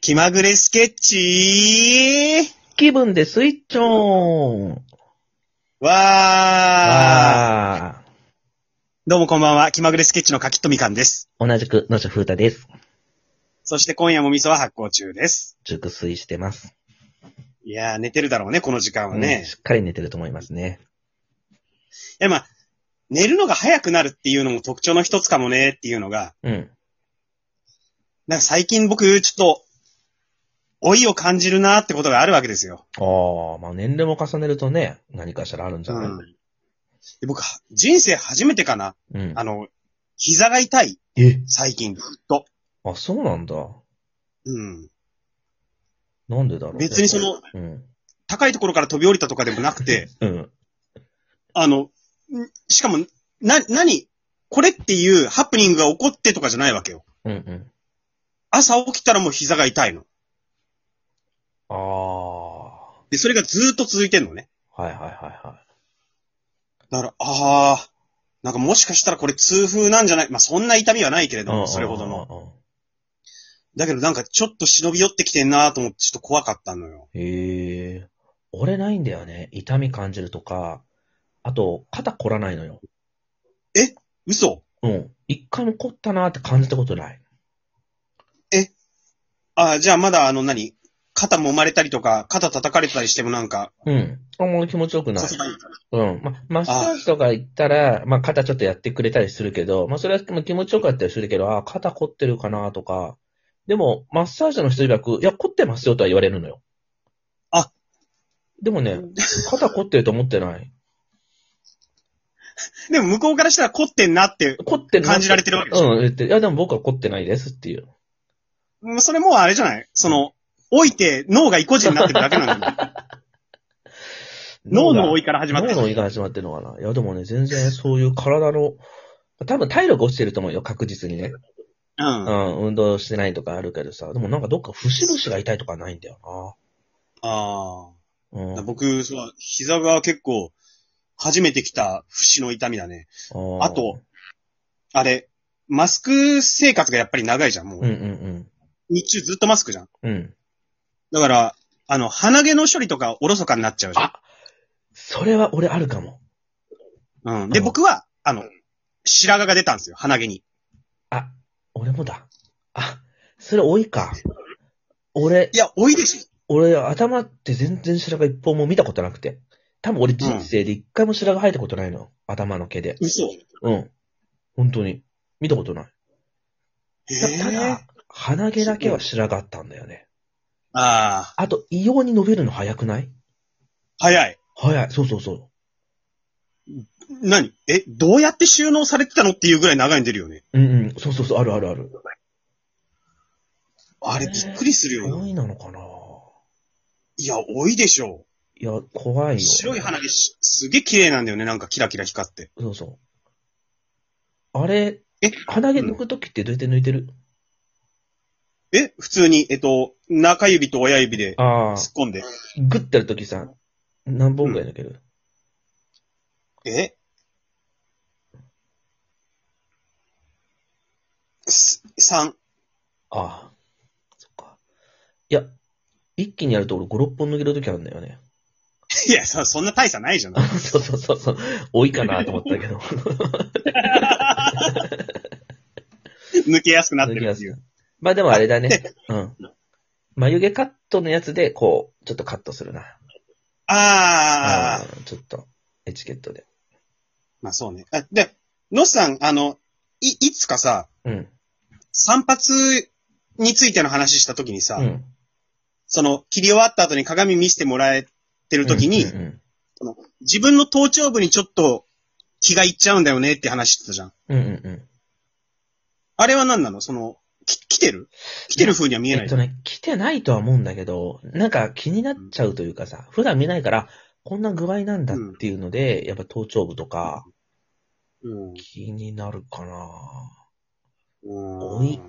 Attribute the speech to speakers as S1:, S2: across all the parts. S1: 気まぐれスケッチ
S2: 気分でスイッチョーン
S1: ーわー
S2: あー
S1: どうもこんばんは。気まぐれスケッチのかきっとみかんです。
S2: 同じく、野所風太です。
S1: そして今夜も味噌は発酵中です。
S2: 熟睡してます。
S1: いやー、寝てるだろうね、この時間は
S2: うん
S1: ね。
S2: しっかり寝てると思いますね。
S1: いや、まあ、寝るのが早くなるっていうのも特徴の一つかもねっていうのが、
S2: うん。
S1: なんか最近僕、ちょっと、老いを感じるなーってことがあるわけですよ。
S2: ああ、まあ年齢も重ねるとね、何かしらあるんじゃない、
S1: うんで僕、人生初めてかな。
S2: うん、
S1: あの、膝が痛い。
S2: え
S1: 最近、ずっと。
S2: あ、そうなんだ。
S1: うん。
S2: なんでだろう、
S1: 別にそ、の、
S2: うん。
S1: 高いところから飛び降りたとかでもなくて、
S2: うん。
S1: あの、んしかも、な、何これっていうハプニングが起こってとかじゃないわけよ。
S2: うんうん。
S1: 朝起きたらもう膝が痛いの。
S2: ああ。は
S1: で、それがずーっと続いてんのね。
S2: いはいはいは
S1: だから、あー、なんかもしかしたらこれ痛風なんじゃないまあ、そんな痛みはないけれ
S2: い
S1: ど
S2: うんうんうんう
S1: も、
S2: ん。
S1: それほどの。だけどなんかちょっと忍び寄ってきてんなーと思ってちょっと怖かったのよ。
S2: へえ。俺ないんだよね。痛み感じるとか、あと、肩凝らないのよ。
S1: 嘘
S2: うん。一回も凝ったなーって感じたことない。
S1: あー、じゃあまだあの何肩揉まれたりとか、肩叩かれたりしてもなんか、
S2: うん。あんまり気持ちよくない。
S1: 腰が痛い
S2: うん。ま、マッサージとか行ったら、まあ、肩ちょっとやってくれたりするけど、まあ、それはまあ気持ちよかったりするけど、ああ、肩凝ってるかなーとか。でも、マッサージの人曰く、いや、凝ってますよとは言われるのよ。
S1: あ。
S2: でもね、肩凝ってると思ってない。
S1: でも向こうからしたら凝ってんなって、
S2: 凝ってるな
S1: 感
S2: って
S1: じられてるわけでしょ
S2: うん、言って、いや、でも僕は凝ってないですっていう。
S1: もうそれもうあれじゃないその、置いて脳が意固地になってるだけなんだ よ。脳の老いから始まって
S2: 脳の胃が始まってるのかな。いや、でもね、全然そういう体の、多分体力落ちてると思うよ、確実にね。
S1: うん
S2: う。ん、運動してないとかあるけどさ。でもなんかどっか節々が痛いとかないんだよ
S1: あ
S2: な。うん。
S1: あ。
S2: あ
S1: 僕、そう、膝が結構、初めて来た節の痛みだね。
S2: ー
S1: あと、あれ、マスク生活がやっぱり長いじゃん、もう。
S2: うんうん
S1: 日中ずっとマスクじゃん。
S2: うん。うん。
S1: だから、あの、鼻毛の処理とかおろそかになっちゃうじゃ
S2: あそれは俺あるかも。
S1: ん。うん。で、
S2: うん
S1: 僕は、あの、白髪が出たんですよ、鼻毛に。
S2: あ、俺もだ。あ、それ多いか。俺
S1: い、や、多いでし
S2: 俺頭って全然白髪一本も見たことなくて。多分俺人生で一回も白髪生えたことないの。頭の毛で。
S1: ょ。嘘。
S2: うん。本当に。見たことない。
S1: え
S2: たた
S1: え
S2: だ、鼻毛だけは白髪あったんだよね。
S1: ああ、
S2: あと、異様に伸びるの早くない
S1: 早い。
S2: 早い。そうそうそう。
S1: 何え、どうやって収納されてたのっていうぐらい長いんでるよね。
S2: うんうん。そうそうそう。あるあるある。
S1: あれ、びっくりするよ
S2: 多
S1: な。
S2: いなのかない
S1: や、多いでしょ。
S2: いや、怖いうよ。
S1: 白い鼻毛し、すげえ綺麗なんだよね、なんかキラキラ光って。
S2: そうそう。あれ、
S1: え
S2: 鼻毛抜くときってどうやって抜いてる、
S1: え、普通に、えっと、中指と親指で
S2: ああ、
S1: 突っ込んで。
S2: グッてやるときさ、何本ぐらい抜ける、
S1: えす三。
S2: ああ、そっか。いや、一気にやると俺5、6本抜けるときあるんだよね。
S1: いや、そ、そんな大差ないじゃん。
S2: そうそうそうそう。多いかなと思ったけ ど。
S1: 抜けやすくなって
S2: 抜け
S1: る
S2: や
S1: って
S2: す
S1: いう。
S2: いまあでもあ れだね。うん。眉毛カットのやつで、こう、ちょっとカットするな。
S1: ああ、
S2: うんちょっと、エチケットで。
S1: まあそうね。あで、のっさん、あの、い、いつかさ、
S2: うん。
S1: 散髪についての話したときにさ、
S2: うん。
S1: その、切り終わった後に鏡見せてもらえてるときに、
S2: うんうん
S1: 自分の頭頂部にちょっと気がいっちゃうんだよねって話してたじゃん。
S2: うん。うんうんうん。
S1: あれは何なのその、き、来てる来てる風には見えな
S2: え
S1: い。
S2: っとね、来てないとは思うんだけど、なんか気になっちゃうというかさ、普段見ないから、こんな具合なんだっていうので、やっぱ頭頂部とか、
S1: うん。
S2: 気になるかな
S1: う
S2: お
S1: ん
S2: い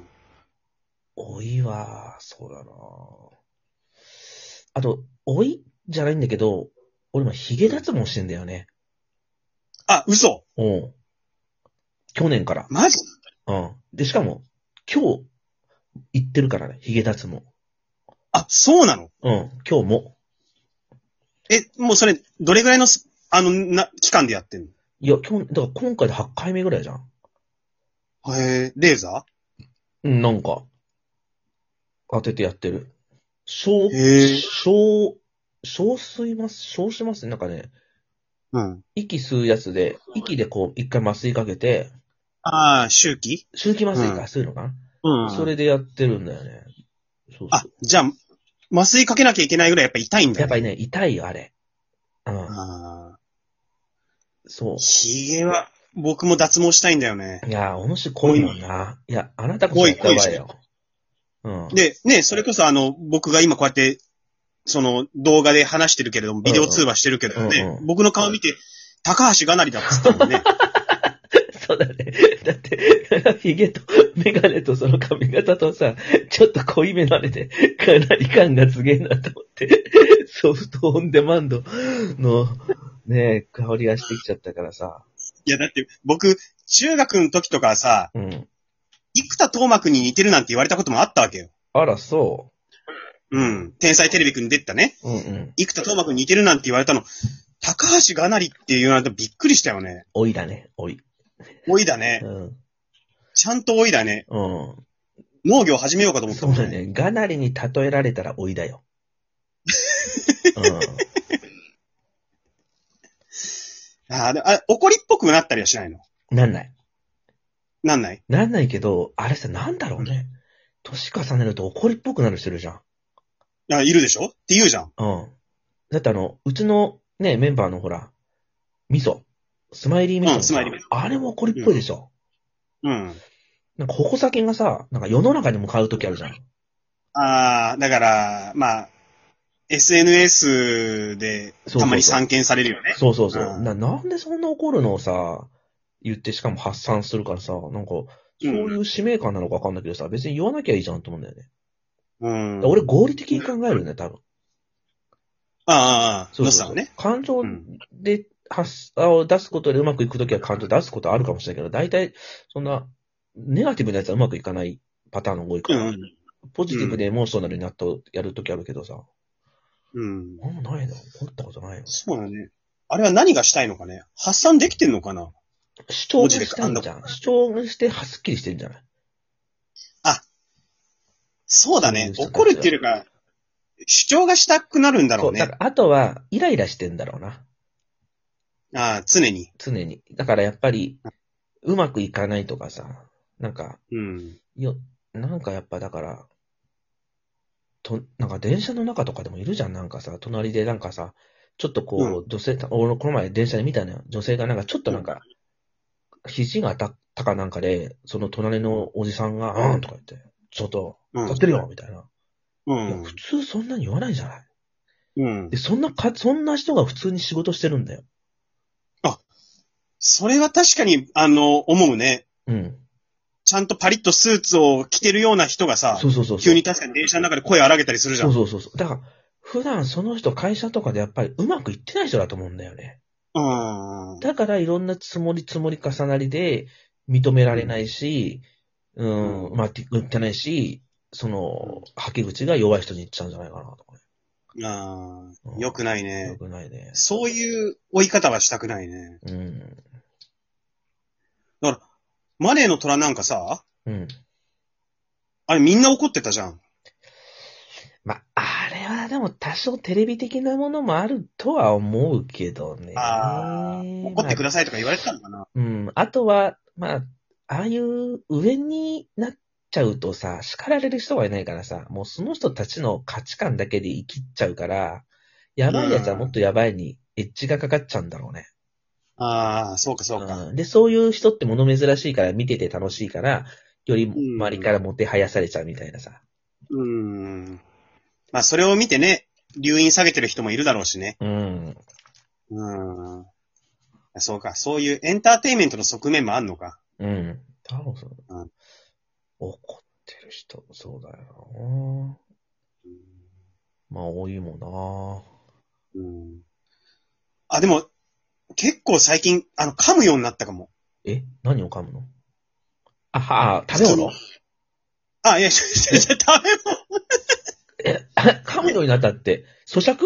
S2: 老いは、そうだなあと、老いじゃないんだけど、俺今髭脱毛してんだよね。
S1: あ、嘘
S2: うん。去年から。
S1: マジ
S2: うん。で、しかも、今日、行ってるからね、髭脱毛。
S1: あ、そうなの
S2: うん、今日も。
S1: え、もうそれ、どれぐらいのす、あの、な、期間でやってん
S2: いや、今日、だから今回で8回目ぐらいじゃん。
S1: のへえ、レーザ
S2: うん、なんか、当ててやってる。小、
S1: へえ
S2: 小、小吸います、小しますなんかね、
S1: ーうん。
S2: 息吸うやつで、息でこう、一回麻酔かけて、
S1: ああ、周期
S2: 周期麻酔か、そういうのか
S1: う
S2: な、それでやってるんだよね。そう
S1: あ
S2: そ、
S1: じゃあ、麻酔かけなきゃいけないぐらいやっぱ痛いん
S2: う。
S1: だね。
S2: やっぱりね、痛いよ、あれ。うん、
S1: あ
S2: そ
S1: あ。ひげは、僕も脱毛したいんだよね。
S2: う。いやー、おもし濃いもんな。いや、あなたこそ
S1: 濃い
S2: やった方がいいよ。うん。
S1: で、ね、それこそあの、僕が今こうやって、その、動画で話してるけれども、ビデオ通話してるけれどもね、
S2: うんうん
S1: 僕の顔見て、高橋がなりだっつったもん ね。
S2: そうだね。だって、ヒゲとメガネとその髪型とさ、ちょっと濃いめなれで、かなり感がすげえなと思って、ソフトオンデマンドの、ねえ、香りがしてきちゃったからさ。
S1: いや、だって、僕、中学の時とかさ、
S2: うん。
S1: 生田斗真君に似てるなんて言われたこともあったわけよ。
S2: あら、そ
S1: うん。天才テレビくんに出てたね。
S2: う。うんうん。
S1: 生田斗真君に似てるなんて言われたの、高橋がなりっていうなんてびっくりしたよね。
S2: 老いだね、老い。
S1: 老いだ
S2: う
S1: ね。
S2: ん。
S1: ちゃんと老いだね。
S2: う
S1: 農業始めようかと
S2: ん。
S1: 思った
S2: そ
S1: も
S2: うんだ。ね。がなりに例えられたら老いだよ。うん。
S1: あーであ、怒りっぽくなったりはしないの
S2: なんない。
S1: なんない
S2: なんないけど、あれさ、なんだろうね。年重ねると怒りっぽくなる人いるじゃん。
S1: あいるでしょって言うじゃん。
S2: うん。だってあの、うちのね、メンバーのほら、味噌。スマイリー味噌。
S1: うんスマイリー味
S2: あれも怒りっぽいでしょ。
S1: うん。
S2: なんか矛先がさ、なんか世の中に向かうときあるじゃん。
S1: ああ、だから、まあ、SNS で
S2: そうそうそう
S1: たまに散見されるよね。
S2: そうそうそう。
S1: うん
S2: ななんでそんな怒るのをさ、言ってしかも発散するからさ、なんか、そういう使命感なのかわかんないけどさ、別に言わなきゃいいじゃんと思うんだよね。
S1: うん。
S2: 俺合理的に考えるね、多分。
S1: ああ、
S2: そ
S1: そうう
S2: そ
S1: そ
S2: うそうう、
S1: ね。
S2: 感情
S1: うん
S2: で発あを出すことでうまくいくときは感情出すことあるかもしれないけど、大体、そんな、ネガティブなやつはうまくいかないパターンの多いか
S1: う
S2: ら、
S1: ん。
S2: ポジティブでエモーショナルになってやるときあるけどさ、
S1: うん。
S2: あんまないな、怒ったことないな。
S1: そうだね。あれは何がしたいのかね発散できてんのかな
S2: 主張がしたいんじゃん。主張がして、はすっきりしてんじゃない
S1: そうだ
S2: そうい
S1: ね
S2: う。人たちは
S1: 怒るっていうよりか、主張がしたくなるんだろ
S2: そうう、だか
S1: ね。
S2: らあとは、イライラしてんだろうな、
S1: ああ、常に。
S2: 常に。だからやっぱり、うまくいかないとかさ、なんか、
S1: うん。
S2: よ、なんかやっぱだから、と、なんか電車の中とかでもいるじゃん、なんかさ、隣でなんかさ、ちょっとこう、女性、俺この前電車で見たのよ、女性がなんかちょっとなんか、肘が当たったかなんかで、その隣のおじさんが、あーんとか言って、ちょっと、
S1: う
S2: 当
S1: ん
S2: たっ。てるよみたいな。
S1: う
S2: いや、
S1: ん
S2: 普。通そんなに言わないじゃない
S1: うん
S2: で、。そんなか、そんな人が普通に仕事してるんだよ。
S1: それは確かに、あの、思うね。
S2: うん。
S1: ちゃんとパリッとスーツを着てるような人がさ
S2: そ、うそうそうそう。
S1: 急に確かに電車の中で声荒げたりするじゃ。
S2: そうんそうそうそう。だから、普段その人会社とかでやっぱりうまくいってない人だと思うんだよね。
S1: うん。
S2: だからいろんな積もり積もり重なりで認められないし、うん、まあ、て言ってないし、その、吐き口が弱い人に行っちゃうんじゃないかなとか
S1: あ
S2: うん
S1: あ、よくない
S2: ね。よ
S1: ね。
S2: くないね。
S1: そういう追い方はしたくないね。
S2: うん。
S1: マネーの虎なんかさ、
S2: うん。
S1: あれみんな怒ってたじゃん。
S2: まあ、あれはでも多少テレビ的なものもあるとは思うけどね。
S1: ああ、怒ってく
S2: だ
S1: ださいとか言われてたのかな。
S2: うん。あとは、まあ、ああいう上になっちゃうとさ、叱られる人がいないからさ、もうその人たちの価値観だけで生きっちゃうから、やばいやつはもっとやばいにエッジがかかっちゃうんだろうね。
S1: ああ、そうかそうか。
S2: うんで、そういう人って物珍しいから見てて楽しいから、より周りからもてはやされちゃうみたいなさ。
S1: うん。まあそれを見てね、留飲下げてる人もいるだろうしね。
S2: うん。
S1: うん。そうか、そういうエンターテインメントの側面もあんのか。
S2: うん。多分そう。
S1: うん
S2: 怒ってる人、そうだよな。まあ、多いもんな。
S1: うん。あ、でも、結構最近、あの、噛むようになったかも。
S2: え何を噛むのあは、あ食べ物
S1: あ、いや、いやいや食べ物
S2: え、あ 噛むようになったって、咀 嚼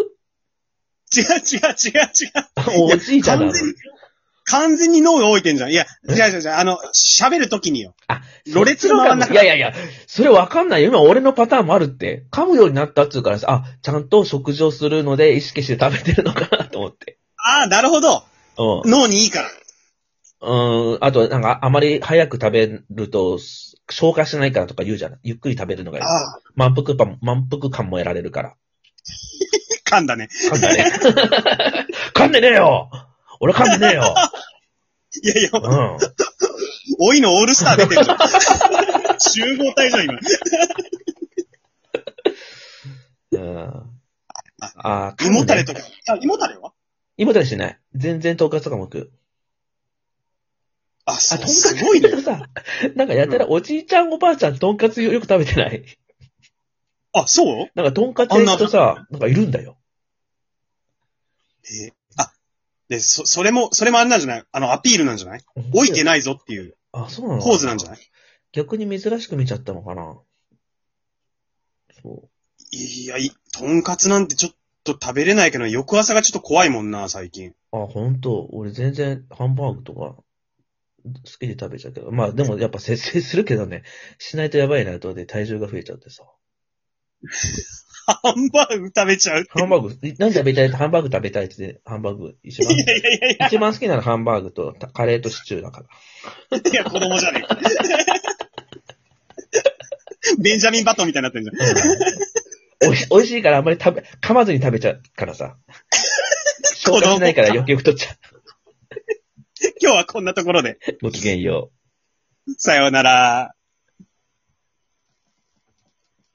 S1: 違う違う違う違う。
S2: おじいちゃん
S1: 完
S2: なの。
S1: 全に、完全に脳が置いてんじゃん。いや、違う違う違う。あの、喋るときによ。
S2: あ、
S1: ろれつの回んなか
S2: い
S1: った
S2: やいやいや、それわかんないよ。今俺のパターンもあるって。噛むようになったっつうからさ、あ、ちゃんと食事をするので意識して食べてるのかなと思って。
S1: ああ、なるほど。
S2: うん。
S1: 脳にいいから。
S2: うん、あと、なんか、あまり早く食べると、す消化しないからとか言うじゃないゆっくり食べるのがいい。
S1: ああ、
S2: 満腹感、満腹感も得られるから。
S1: 噛んだね。
S2: 噛んだね。 噛んでねえよ俺噛んでねえよ
S1: いやいや、
S2: うん。
S1: おいのオールスター出てるじゃん。 集合体じゃん、今。
S2: うん。あー、
S1: 胃もたれ
S2: と。
S1: とか。あ、胃もたれは
S2: 胃もたれしない。全然とんかつとかも食う。
S1: あ、そ
S2: あ、
S1: う
S2: とんか
S1: す
S2: つ
S1: ごいね。
S2: さ、 なんかやたらおじいちゃんおばあちゃんとんかつよく食べてない。
S1: あ、そう
S2: なんかとんかつ屋行くとさ、なんかいるんだよ。
S1: えーあ、で、そ、それも、それもあれなんじゃないあの、アピールなんじゃない置いて
S2: ない。
S1: ないぞっていう
S2: あ、そうなの
S1: ポーズなんじゃない
S2: 逆に珍しく見ちゃったのかな。そう。
S1: いや、いとんかつなんてちょっと食べれないけど、翌朝がちょっと怖いもんな、最近。
S2: あ、ほんと。俺全然ハンバーグとか好きで食べちゃうけど。まあでもやっぱ節制するけどね。しないとやばいなとで体重が増えちゃってさ。
S1: ハンバーグ食べちゃうって。
S2: ハンバーグ、何食べたいハンバーグ食べたいって言って、ハンバーグ一番
S1: い、やいやいやい
S2: 一番好きなのはハンバーグとたカレーとシチューだから。
S1: や、いや子供じゃねえ か。ベンジャミンバトンみたいになってるじ ゃん。
S2: うんおいし美味しいからあんまり食べ、噛まずに食べちゃうからさ。消化しないから余計太っちゃ
S1: 今日はこんなところで。
S2: う。ごきげんよう。
S1: さようなら。